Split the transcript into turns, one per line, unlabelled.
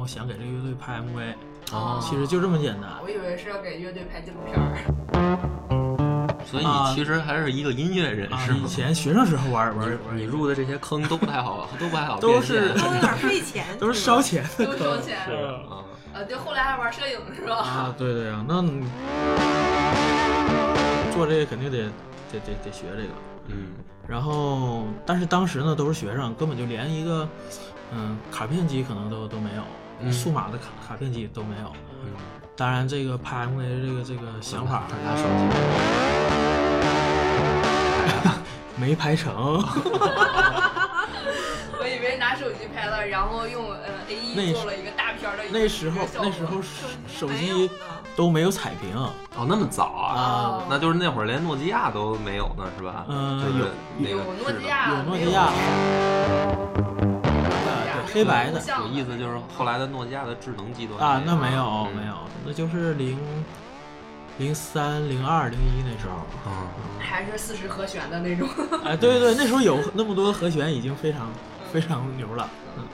我想给这个乐队拍 MV，
哦
其实就这么简单。
啊我以为是要给乐队拍纪录片儿，
所以你其实还是一个音乐人
啊
是，吗
以？前学生时候玩玩
你
玩，
你入的这些坑都不太好，都不太好
都
变
是
现，
都 有点费钱，
都是烧钱的
都收钱。
是吧
啊，
呃，就后来还玩摄影是吧？
啊，对对啊，那你做这个肯定得得得得学这个。
嗯，
然后，但是当时呢都是学生，根本就连一个嗯卡片机可能都都没有，
嗯
数码的卡卡片机都没有。
嗯
当然，这个拍 MV 这个这个想法
他拿手机，
没拍成，
我以为拿手机拍的，然后用呃 A
那
1做了一个大片儿的一个
那时候
效果
那时候手手
没有
机
的
都没有彩屏，
哦，那么早啊？
哦
那就是那会儿连诺基亚都没有呢，是吧？
嗯
就是那
有
个
诺基
是
亚，
有诺
没
基亚
亚
对黑白的
有像
的有意思，就是后来的诺基亚的智能机都还
啊，
没有
那没有
嗯
没有，那就是零零三、零二、零一那时 候。
嗯
还是四十和弦的那种。
哎，对对对，那时候有那么多和弦已经非常非常牛了。嗯，